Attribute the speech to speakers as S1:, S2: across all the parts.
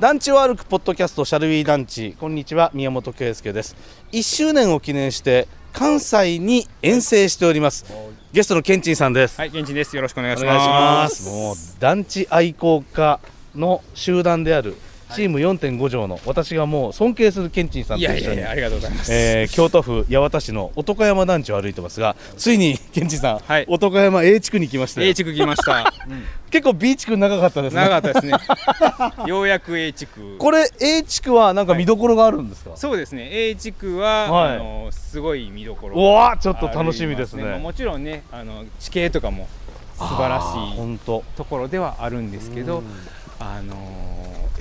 S1: 団地を歩くポッドキャストシャルウィー団地こんにちは宮本圭介です1周年を記念して関西に遠征しておりますゲストのケンチンさんです
S2: はい、現地です。よろしくお願いし
S1: お願いしま
S2: ますす。
S1: もう団地愛好家の集団であるチーム4.5条の私がもう尊敬するケンチンさん
S2: い
S1: と一緒に
S2: やいやいや、ありがとうございます。
S1: えー京都府八幡市の男山団地を歩いてますがついにケンチンさん、
S2: はい
S1: 男山 A 地区に来ましたよ
S2: A 地区来ました。
S1: 結構 B 地区長かったですね
S2: 長かったですね。ようやく A 地区。
S1: これ A 地区はなんか見どころがあるんですか、
S2: そうですね。A 地区は、
S1: はい
S2: あのすごい見どころ。
S1: うわちょっと楽しみですね
S2: ありまもちろんね、あの地形とかも素晴らしい
S1: 本当
S2: ところではあるんですけど、あの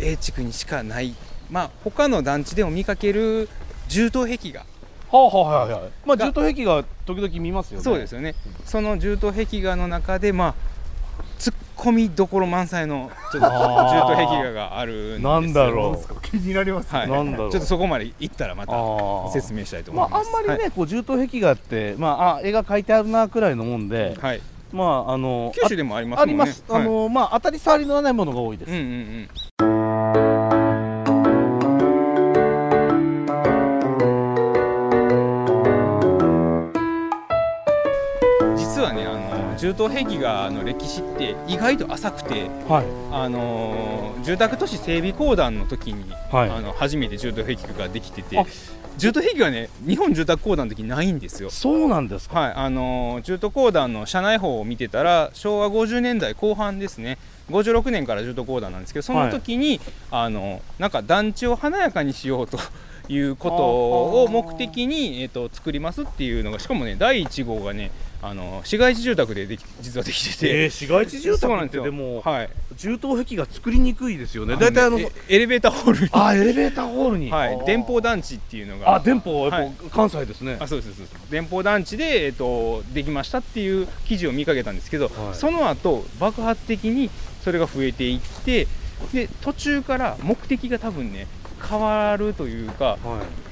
S2: A 地区にしかない、まあ他の団地でも見かける重棟壁画。
S1: はあはあはいはいまあ
S2: が
S1: 重刀壁が時々見ますよね
S2: そうですよね、その重刀壁画の中で、まあ、突っ込みどころ満載のち ょっと重
S1: あー
S2: 刀壁画があるんですよ
S1: なんだろう
S3: ですか気になります
S2: はい、
S1: なんだろう
S2: ちょっとそこまで行ったらまた
S1: ああ
S2: 説明したいと思
S1: まあ、あ
S2: いま
S1: ん
S2: す。
S1: まりね、こう重刀壁画って、まあ、あ絵が描いてあるなくらいのもんで、
S2: はい、はい、
S1: まああの
S2: 九州でもありま
S1: ああ
S2: すも
S1: り
S2: んね。
S1: ます、あ
S2: はい
S1: のまあ、当たり障りのないものが多いです、
S2: うんうんうん、実はねあの重刀壁画の歴史って意外と浅くて、
S1: はい
S2: あのー住宅都市整備公団の時に、
S1: はい
S2: あの初めて住宅壁画ができて
S1: あ
S2: て住宅壁画はね日本住宅公団の時ないんですよ。
S1: そうなんですか、
S2: はいあのー住宅公団の社内報を見てたら昭和50年代後半ですね56年から住宅公団なんですけどその時に、あのなんか団地を華やかにしようと いうことを
S1: あー
S2: 目的に、えっと作りますっていうのがしかもね第1号がねあの市街地住宅ででき実はできて
S1: え
S2: て、
S1: ー市街地住
S2: そうな
S1: 宅
S2: ん
S1: って
S2: よ
S1: でも、
S2: はい、
S1: 重刀壁が作りにくいですよね
S2: だ
S1: 大
S2: いた
S1: 体あ
S2: いあ
S1: の
S2: のエエレベーターホールに、
S1: あエレベーターホールに、
S2: はい、電報団地っていうのが
S1: あ電報やっぱ、
S2: はい
S1: 関西ですね
S2: あそうですそうです電報団地で、えっとできましたっていう記事を見かけたんですけど、
S1: はい
S2: その後爆発的にそれが増えていってで途中から目的が多分ね変わるというか、
S1: はい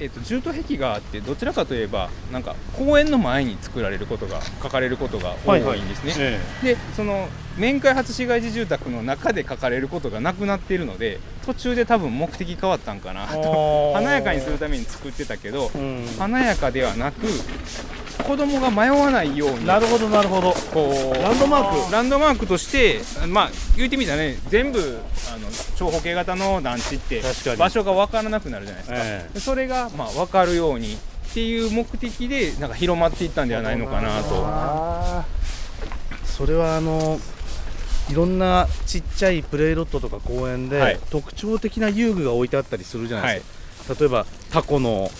S2: えっと住居壁画ってどちらかといえばなんか公園の前に作られることが書かれることが多いんですね、
S1: え
S2: でその面開発市街地住宅の中で書かれることがなくなっているので途中で多分目的変わったんかなと
S1: え
S2: 華やかにするために作ってたけど
S1: うん
S2: 華やかではなく子供が迷わないように
S1: なるほどなるほど
S2: こう
S1: ランドマーク
S2: ランドマークとしてまあ言うてみたらね全部あの長方形型の団地って
S1: 確かに
S2: 場所が分からなくなるじゃないですか、
S1: え
S2: それがまあ分かるようにっていう目的でなんか広まっていったんではないのかなと
S1: あーそれはあのいろんなちっちゃいプレイロットとか公園で、
S2: はい
S1: 特徴的な遊具が置いてあったりするじゃないですか、例えばタコの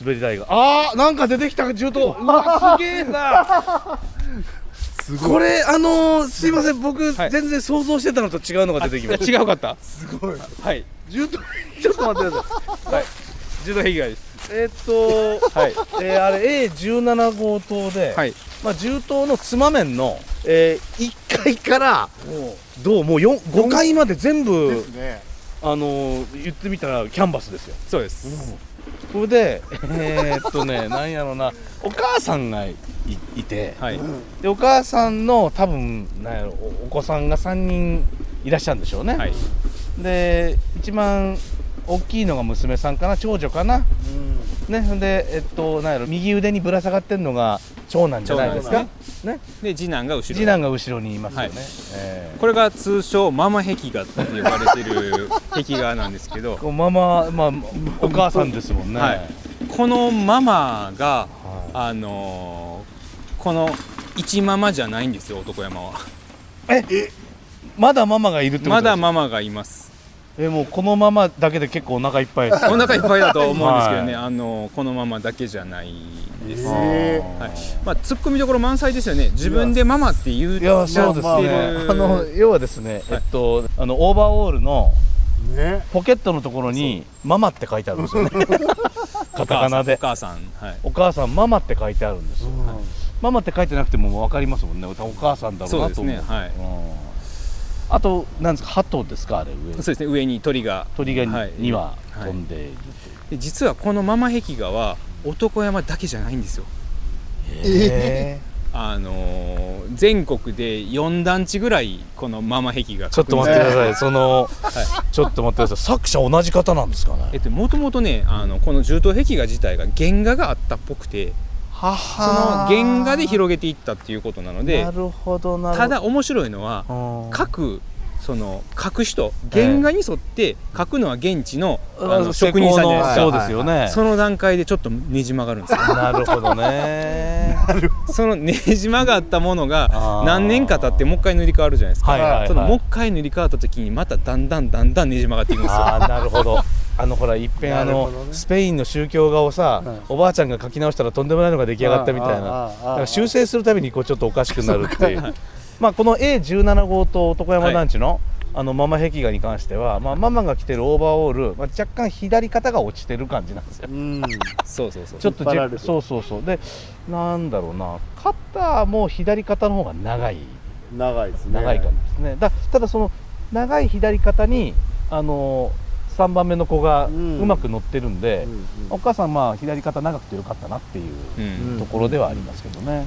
S1: 滑り台があーなんか出てきた銃刀うわすげえな
S3: す
S1: こ
S3: ごい
S1: れあのーすいません僕、
S2: はい
S1: 全然想像してたのと違うのが出てきました
S2: 違うかった
S3: すごい
S2: はい
S1: 銃刀ちょっと待ってください
S2: 柔道壁画です
S1: えーっと
S2: はい
S1: えーあれ A17 号棟で、
S2: はい
S1: まあ、銃刀のつまめんの、え1階からどうもうよん5階まで全
S3: で
S1: 部
S3: す、ね
S1: あのー言ってみたらキャンバスですよ
S2: そうです、
S1: それで えーっとねなんやろなお母さんがいいて
S2: はい
S1: でお母さんの多分なんやろおお子さんが3人いらっしゃるんでしょうね、
S2: はい
S1: で一番大きいのが娘さんかな長女かな
S3: うん
S1: ねほんでえっとなんやろ右腕にぶら下がってんのが長男じゃないですか
S2: 長
S1: ね
S2: で次男が後ろ
S1: 次男が後ろにいますよね、
S2: はい
S1: えー
S2: これが通称ママ壁画って呼ばれてる壁画なんですけ ど
S1: こうママ、まあ、お母さんですもんね。
S2: はいこのママが
S1: は
S2: あのーこの一ママじゃないんですよ男山はい
S1: え、まだママがいるってこと
S2: ま
S1: ですか
S2: だママがいます
S1: え、もうこのママだけで結構お腹いっぱいです。
S2: お腹いっぱいだと思うんですけどね、
S1: は
S2: あのーこのママだけじゃないです、
S3: えへー
S2: はいまあ、ツッコミどころ満載ですよね自分でママって言う
S1: いや、そうですね。
S3: ま
S1: あ
S3: あま
S2: あ
S1: の、要はですね、えっと、あのオーバーオールの
S3: ね
S1: ポケットのところに。ママって書いてあるんです よね。カタカナ
S2: お
S1: で。
S2: 母さんお母さんはい
S1: お母さんママって書いてあるんですよ。ママって書いてなくても、もうわかりますもんね。お母さんだろう
S2: そう
S1: なと
S2: です
S1: 思う。
S2: ねはい
S1: うんあと、なんですか、鳩ですか、あれ、上に。
S2: そうですね上に鳥が
S1: 鳥が
S2: はい
S1: には
S2: はい
S1: 飛んでいる。
S2: で実はこのママ壁画は男山だけじゃないんですよ
S1: えー
S2: あのー全国で4団地ぐらいこのママ壁が
S1: ちょっ
S2: 確
S1: と
S2: 認
S1: 待っ
S2: され
S1: て
S2: て
S1: ください。その、
S2: は
S1: ちょっと待ってください。作者同じ方なんですか
S2: え
S1: ね。
S2: っと、もともとねあのこの銃刀壁画自体が原画があったっぽくて
S1: は
S2: その原画で広げていったっていうことなので
S1: なるほどなるほど。
S2: ただ面白いのは
S1: うん、
S2: 各その書く人
S1: ええ
S2: 原画に沿って書くのは現地の,、あの
S1: 施工
S2: 職人さんじゃないですか、
S1: そうですよね。
S2: その段階でちょっとねじ曲がるんですよ
S1: なるほどね。
S2: そのねじ曲がったもの
S1: あ
S2: が
S1: ー
S2: 何年か経ってもう一回塗り替わるじゃないですか、
S1: はいはいはい。
S2: そのもう一回塗り替わった時にまただんだんだんだんねじ曲がっていくんですよ
S1: ああなるほど。あのほらいっぺんあ
S3: なる
S1: の、
S3: ほどね
S1: スペインの宗教画をさ、
S3: はい
S1: おばあちゃんが書き直したらとんでもないのが出来上がったみたい
S3: あああ
S1: な
S3: あああ
S1: だから修正するたびにこうちょっとおかしくなるっていうまあこの A17 号と男山団地の、あのママ壁画に関しては、まあ、ママが着てるオーバーオール、まあ、若干左肩が落ちてる感じなんですよ
S3: うん
S2: そうそうそう
S1: ちょっと
S3: 引っ張
S1: ジ
S3: ら
S1: ェ
S3: れてる
S1: そうそうそうでなんだろうな肩も左肩の方が長い
S3: 長いですね
S1: 長いからですねだただその長い左肩にあの3番目の子がう
S3: うん
S1: まく乗ってるんで、
S3: うんうん
S1: お母さんまあ左肩長くてよかったなっていう
S2: うん
S3: うん
S1: ところではありますけどね、
S2: はい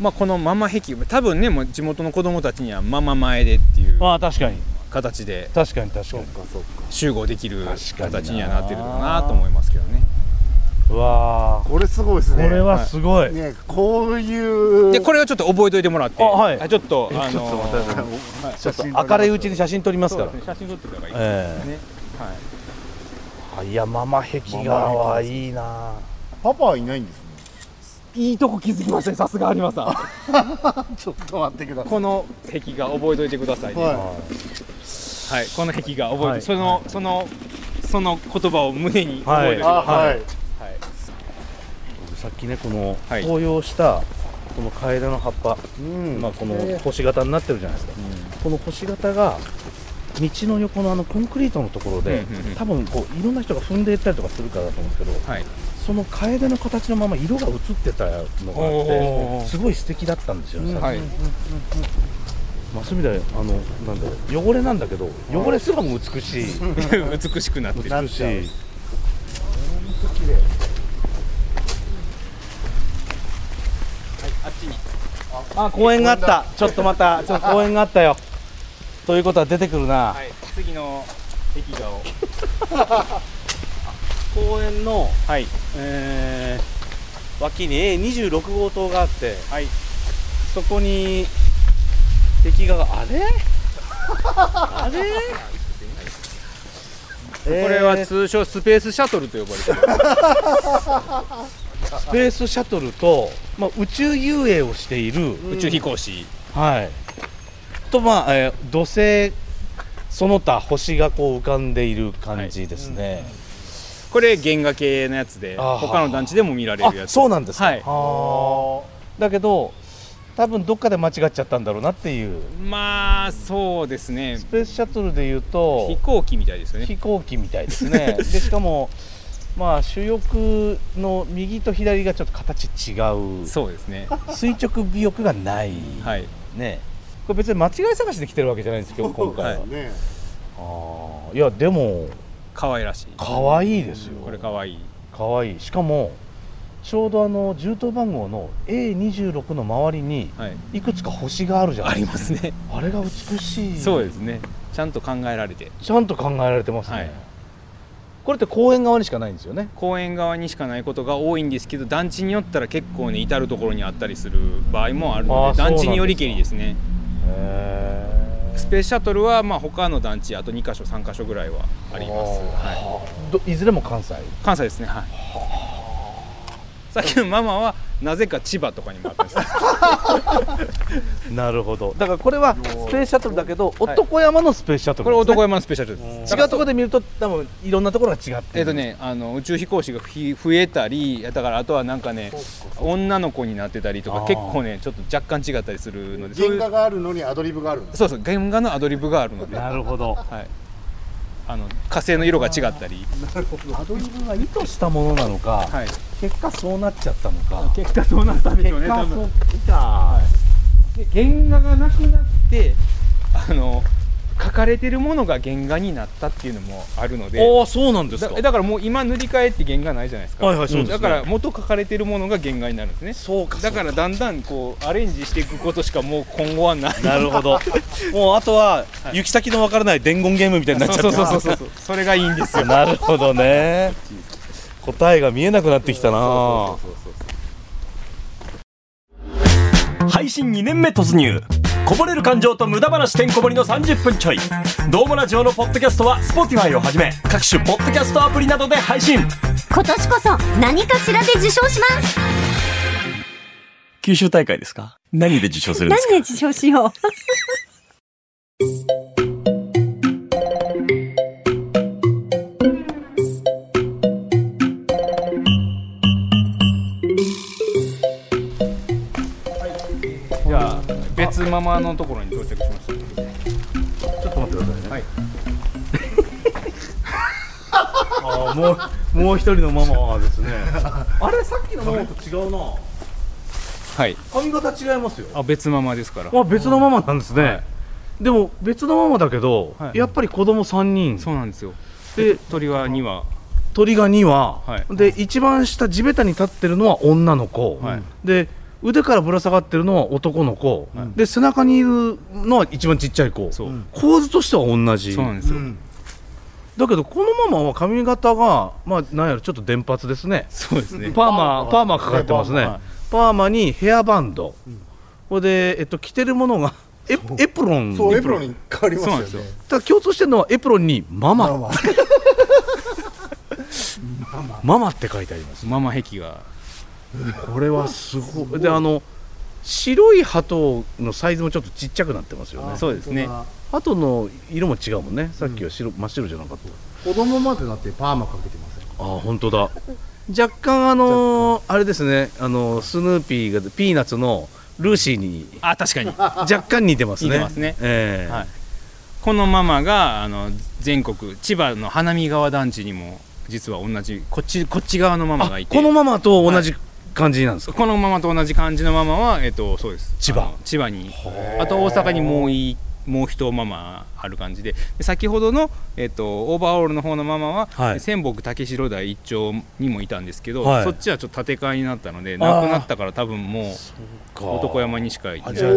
S2: まあ、このママ壁多分ねもう地元の子供たちにはママ前でっていう
S1: まあ確かに
S2: 形で
S1: 確かに確か
S3: そっ
S1: に
S3: かそっか
S2: 集合できる
S1: 確かにな
S2: 形にはなってるかなと思いますけどね
S1: うわあ
S3: これすごいです
S1: こ
S3: ね
S1: れはすごい、
S3: ねこういう
S2: でこれをちょっと覚えといてもらって
S1: あはい
S2: ちょっとあ
S1: ちょっと
S2: の
S1: 待ってください
S3: はい
S1: ちょっと
S3: 写真撮ります
S1: 明るいうちに写真撮ります
S2: そ
S1: か
S2: う
S1: ら
S2: ですね写真撮ってた方がいい
S1: え
S2: ねはい
S1: えいやママ壁画はいいな
S3: パパはいないんですね
S2: いいとこ気づきましたねさすが有馬さん
S3: ちょっと待ってください
S2: この壁画覚えといてくださいねはい、
S3: は
S2: この壁画覚えて、
S1: はい
S2: その、そのその言葉を胸に覚えて
S3: い
S2: く
S3: あ
S2: ださ
S1: はい
S3: はい
S2: い、はい
S1: さっきねこの
S2: はい
S1: 紅葉したこのカエラの葉っぱ、
S3: うん
S1: まあ、こ
S3: いやい
S1: の
S3: や
S1: 星型になってるじゃないですか、この星型が道の横のあのコンクリートのところで、
S2: うんうんうん
S1: 多分こういろんな人が踏んでいったりとかするからだと思うんですけど
S2: はい
S1: その楓の形のまま色が映ってたのがあっ
S2: お
S1: て
S2: ー
S1: すごい素敵だったんですよね、さっき
S2: はい
S1: まあ、そういう意味ではあのなんだろう汚れなんだけど汚れすらも美しい
S2: 美しくなってる
S1: 美しい
S2: あっちに
S1: あ公園があったちょっとまたちょっと公園があったよということは出てくるな、
S2: はい次の壁画を
S1: 公園の
S2: はい
S1: えー脇に A26 号棟があって
S2: はい
S1: そこに壁画があれあれ
S2: これは
S1: えー
S2: 通称スペースシャトルと呼ばれてる、
S1: スペースシャトルと、まあ、宇宙遊泳をしている、
S2: 宇宙飛行士
S1: はいとまあ、えー土星その他星がこう浮かんでいる感じですね、
S2: これ原画系のやつで
S1: あー
S2: 他の団地でも見られるや
S1: あ
S2: つ
S1: そうなんですか、
S2: はい
S1: あーだけど多分どっかで間違っちゃったんだろうなっていう
S2: まあそうですね
S1: スペースシャトルでいう
S2: 飛
S1: と
S2: 行機みたいですよね
S1: 飛行機みたいですねで しかもまあ主翼の右と左がちょっと形違う
S2: そうですね
S1: 垂直尾翼がない、
S2: はい
S1: ねこれ別に間違い探しで来てるわけじゃないんですけど今回は、
S2: は
S3: ね
S1: あーいやでも
S2: 可愛らしい
S1: 可愛いですよ
S2: これ可愛い
S1: 可愛いしかもちょうどあの銃刀番号の A26 の周りに
S2: はい
S1: いくつか星があるじゃな
S2: あ
S1: い
S2: り
S1: ですか
S2: ますね
S1: あれが美しい
S2: そうですねちゃんと考えられて
S1: ちゃんと考えられてますね、
S2: はい
S1: これって公園側にしかないんですよね
S2: 公園側にしかないことが多いんですけど団地によったら結構ね至る所にあったりする場合もある
S1: あー
S2: の
S1: そう
S2: で
S1: なん
S2: 団
S1: ですか
S2: 地によりけりですね
S1: へ
S2: スペースシャトルはまあ他の団地あと2か所3か所ぐらいはあります、はい、
S1: い、どいずれも関西
S2: 関西ですねはいさっきのママはなぜか千葉とかにもあったんです
S1: なるほどだからこれはスペースシャトルだけど
S2: い
S1: 男山のスペースシャト
S2: こ
S1: ルな
S2: れ
S1: んですね、
S2: 男山のスペシャルです
S1: 違うところで見ると多分いろんなところが違って
S2: えっとね、あの宇宙飛行士がひ増えたりだからあとはなんかね女の子になってたりと
S1: あ
S2: か
S1: ー
S2: 結構ねちょっと若干違ったりするのでそうい
S3: 原
S2: う
S3: 画があるのにアドリブがあるんです
S2: そうそう原画のアドリブがあるので、は
S1: なるほど
S2: い、あの火星の色が違ったり、
S1: アドリブが意図したものなのか、
S2: はい、
S1: 結果そうなっちゃったのか
S2: 結果そうなったんでしょうね多分
S1: うか、
S2: で原画がなくなってあの書かれてるものが原画になったっていうのもあるので
S1: ああそうなんです
S2: だ
S1: か
S2: だからもう今塗り替えって原画ないじゃないですか、
S1: はいはいそうですね
S2: だから元書かれてるものが原画になるんですね
S1: そうか
S2: だからだんだんこうアレンジしていくことしかもう今後はな い
S1: なるほどもうあとは行き先のわからない伝言ゲームみたいになっちゃって
S2: そうそうそうそう そうそれがいいんですよ
S1: なるほどね答えが見えなくなってきたな
S4: 配信2年目突入こぼれる感情と無駄話てんこ盛りの30分ちょいどうもラジオのポッドキャストは Spotify をはじめ各種ポッドキャストアプリなどで配信
S5: 今年こそ何かしらで受賞します
S4: 九州大会ですか何で受賞するんです
S5: 何
S4: か
S5: で受賞しよう
S2: じゃあ別ママのところに到着しました
S1: あもうもう一人のママはですね あれさっきのママと違うな
S2: はい
S1: 髪型違いますよ
S2: あ別ママですから
S1: あ別のママなんですね、でも別のママだけど、
S2: はい
S1: やっぱり子供3人
S2: そうなんですよ
S1: で
S2: 鳥は2羽
S1: 鳥が2羽、
S2: はい
S1: で一番下地べたに立ってるのは女の子、
S2: はい
S1: で腕からぶら下がってるのは男の子、
S2: はい
S1: で背中にいるのは一番ちっちゃい子
S2: そう、
S1: 構図としては同じ
S2: そうなんですよ、
S1: だけどこのママは髪型がまあなんやろちょっと電髪ですね
S2: そうですね
S1: パーマパーマかかってますね
S3: パ
S1: パ
S3: ー
S1: ー
S3: マ
S1: マ
S3: は,、
S1: にヘアバンド、これで、えっと、着てるも のがエエプロン
S3: そうエプロンに変わり
S2: そうなん
S3: ま
S2: です
S3: すよ
S2: よ
S3: ね
S1: ただ共通してるのはエプロンにマママ
S3: まあまあ
S1: マって書いてあります
S2: ママ壁が
S1: これはすごいであの白い鳩のサイズもちょっとちっちゃくなってますよね
S2: そうですね
S3: 本
S1: 鳩の色も違うもんねさっきは白、真っ白じゃなかった
S3: 当だ子供までだってパーマかけてません
S1: ああ本当だ若干あのーあれですねあのースヌーピーがピーナッツのルーシーに
S2: あ確かに
S1: 若干似てますね
S2: 似てますね
S1: ええ
S2: はいこのママがあの全国千葉の花見川団地にも実は同じこっちこっち側のママが
S1: あ
S2: いて
S1: このままと同じ感じなんですか、
S2: このママと同じ感じのママは、えっと、そうです
S1: 千葉
S2: あの千葉にあと大阪にもういもう一ママある感じでで先ほどの、えっと、オーバーオールの方のママは、
S1: はい
S2: 仙北竹城台一丁にもいたんですけど、
S1: はい
S2: そっちはちょっと建て替えになったのでなくなったから多分もう男山にしかいない
S3: じゃあ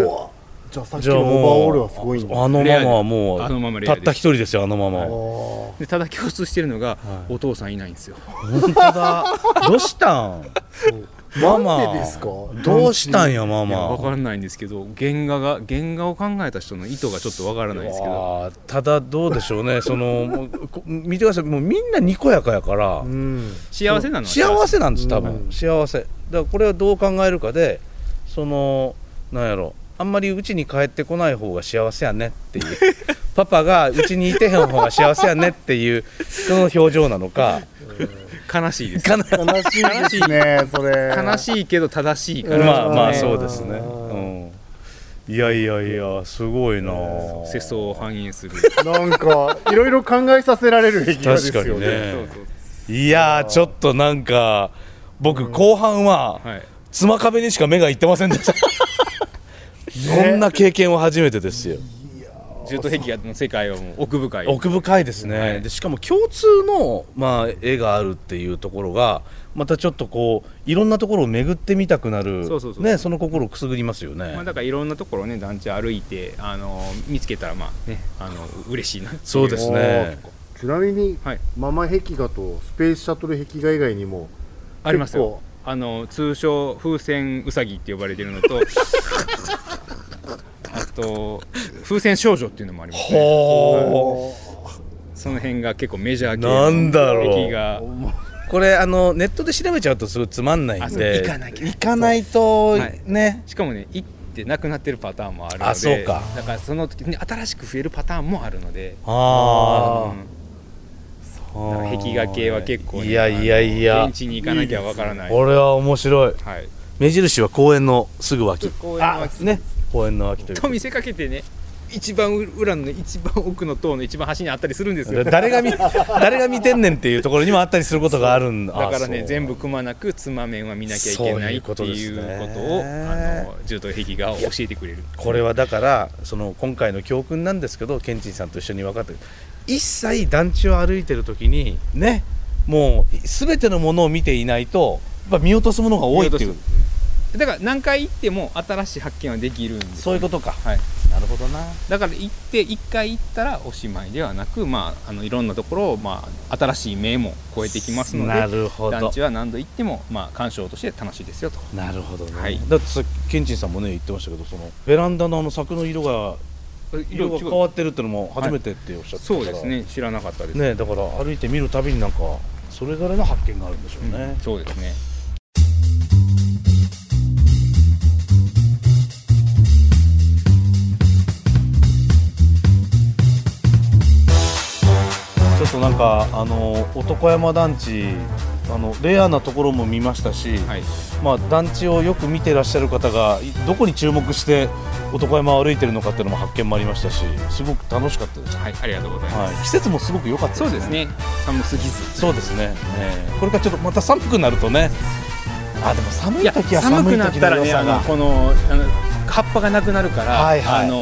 S3: じゃあさっきのオーバーオールはすごいんだ
S1: あのままはも
S2: レアであのまま
S1: う
S2: レ
S1: たっ
S2: アです
S1: た一人ですよあのまま
S3: あ
S1: は
S3: ー
S2: でただ共通してるのが、お父さんいないんですよ
S1: 本当だどうしたんママ
S3: なんでですか
S1: どうしたんやマ
S2: いやわか
S1: マ
S2: らないんですけど原画が原画を考えた人の意図がちょっとわからないですけど
S1: あーただどうでしょうねそのもうこ見てくださいもうみんなにこやかやから
S3: うん
S2: 幸せなのは
S1: 幸せなんです多
S3: う
S1: 分
S3: ん
S1: 幸せだからこれはどう考えるかでそのなんやろあんまりうちに帰ってこない方が幸せやねっていう パパがうちにいてへん方が幸せやねっていうその表情なのか
S2: 悲しいです
S3: 悲しいですねそれ
S2: 悲しいけど正しいから
S1: まあまあ
S2: ち
S1: そう
S2: ょっとね
S1: ですね、うん、いやいやいやすごいなあ
S2: 世相を反映する
S3: なんかいろいろ考えさせられる壁画ですよ
S1: 確かに
S3: ね
S1: ねいやーちょっとなんか僕後半は
S2: はい
S1: つま壁にしか目がいってませんで したこんな経験は初めてですよ
S2: 重都壁画の世界はもう奥深い
S1: 奥深いですね、
S2: はい
S1: でしかも共通の、まあ、絵があるっていうところがまたちょっとこういろんなところを巡ってみたくなる
S2: そうそうそう
S1: ね、その心をくすぐりますよね、
S2: まあ、だからいろんなところをね団地歩いてあの見つけたらまあねあの嬉しいなってい
S1: そうですね
S3: ちなみに、
S2: はい
S3: ママ壁画とスペースシャトル壁画以外にも
S2: あります
S3: 結
S2: よ
S3: 構
S2: あの通称風船うさぎって呼ばれてる のとあと風船少女っていうのもありますね
S1: ほ
S2: その辺が結構メジャー系
S1: なんだろう
S2: 敵が
S1: うこれあのネットで調べちゃうとすごいつまんない
S2: あ
S1: ん
S2: そう
S1: で
S2: 行かなきゃ
S1: 行かないと
S2: はい
S1: ね、
S2: しかもね行ってなくなってるパターンもあるので
S1: あそうか
S2: だからその時に新しく増えるパターンもあるので
S1: あ
S2: うん
S1: あ
S2: だから壁画系は結構ね、
S1: いやいやい
S2: あの
S1: や
S2: 現地に行かなきゃわからない
S1: これは面白い
S2: はい
S1: 目印は公園のすぐ脇
S2: 公園の脇
S1: ね公園の脇という
S2: と見せかけてね一番裏のね一番奥の塔の一番端にあったりするんですよ
S1: だ誰が 見誰が見てんねんっていうところにもあったりすることがあるんだ
S2: だから
S1: あ
S2: ね
S1: そう
S2: 全部くまなくつま面は見なきゃいけないっていうこと
S1: そういうこと
S2: を
S1: です
S2: あ
S1: ね
S2: の柔道壁画を教えてくれる
S1: これはだからその今回の教訓なんですけどケンチンさんと一緒に分かったけど一切団地を歩いてる時にねもう全てのものを見ていないとやっぱ見落とすものが多いってい
S2: 見
S1: う
S2: 落だから何回行っても新しい発見はできるんです
S1: そういうことか
S2: はい
S1: なるほどな
S2: だから行って1回行ったらおしまいではなく、まあ、あのいろんなところを、まあ、新しい面も超えてきますの
S1: な
S2: で
S1: るほ
S2: 団
S1: ど
S2: 地は何度行っても、まあ、鑑賞として楽しいですよと
S1: なるほどね、
S2: はい
S1: だってさっきケンチンさんもね言ってましたけどそのベランダのあの柵の色が色が変わってるってのも初めてっておっしゃってたか
S2: そう
S1: ら、
S2: ですね知らなかったです、
S1: ねだから歩いて見るたびになんかそれぞれの発見があるんでしょうね、
S2: うんそうですね
S1: ちょっとなんかあの男山団地あのレアなところも見ましたし、
S2: はい
S1: まあ、団地をよく見てらっしゃる方がいどこに注目して男山を歩いてるのかっていうのも発見もありましたしすごく楽しかったです、
S2: はい、ありがとうございます、
S1: はい、季節もすごく良かった
S2: そうですね寒すぎず
S1: そうですね、えーこれからちょっとまた寒くなるとねあでも寒い時は
S2: 寒
S1: 寒
S2: く
S1: い
S2: なっ
S1: 時
S2: た
S1: の
S2: ら
S1: 良
S2: ね
S1: さ
S2: あの
S1: が
S2: このあの葉っぱがなくなるから、
S1: はいはい
S2: あの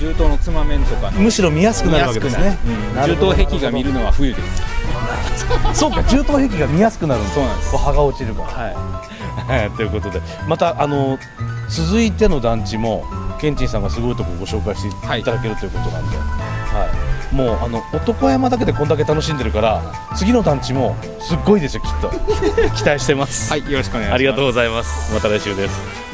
S2: 銃刀のつまめんとかの
S1: むしろ見やすくなるわけですね
S2: うん
S1: なる
S2: 銃
S1: ほ
S2: 刀
S1: ど
S2: 壁が見るのは冬です
S1: そうか中東壁が見やすくなるんです
S2: そうなんです
S1: こう葉が落ちるからはい、 ということでまたあの続いての団地もケンチンさんがすごいとこご紹介していただけるということなんで、はいもうあの男山だけでこんだけ楽しんでるから次の団地も すっごいですよきっと期待してます、
S2: はいよろしくお願いします
S1: ありがとうございますまた来週です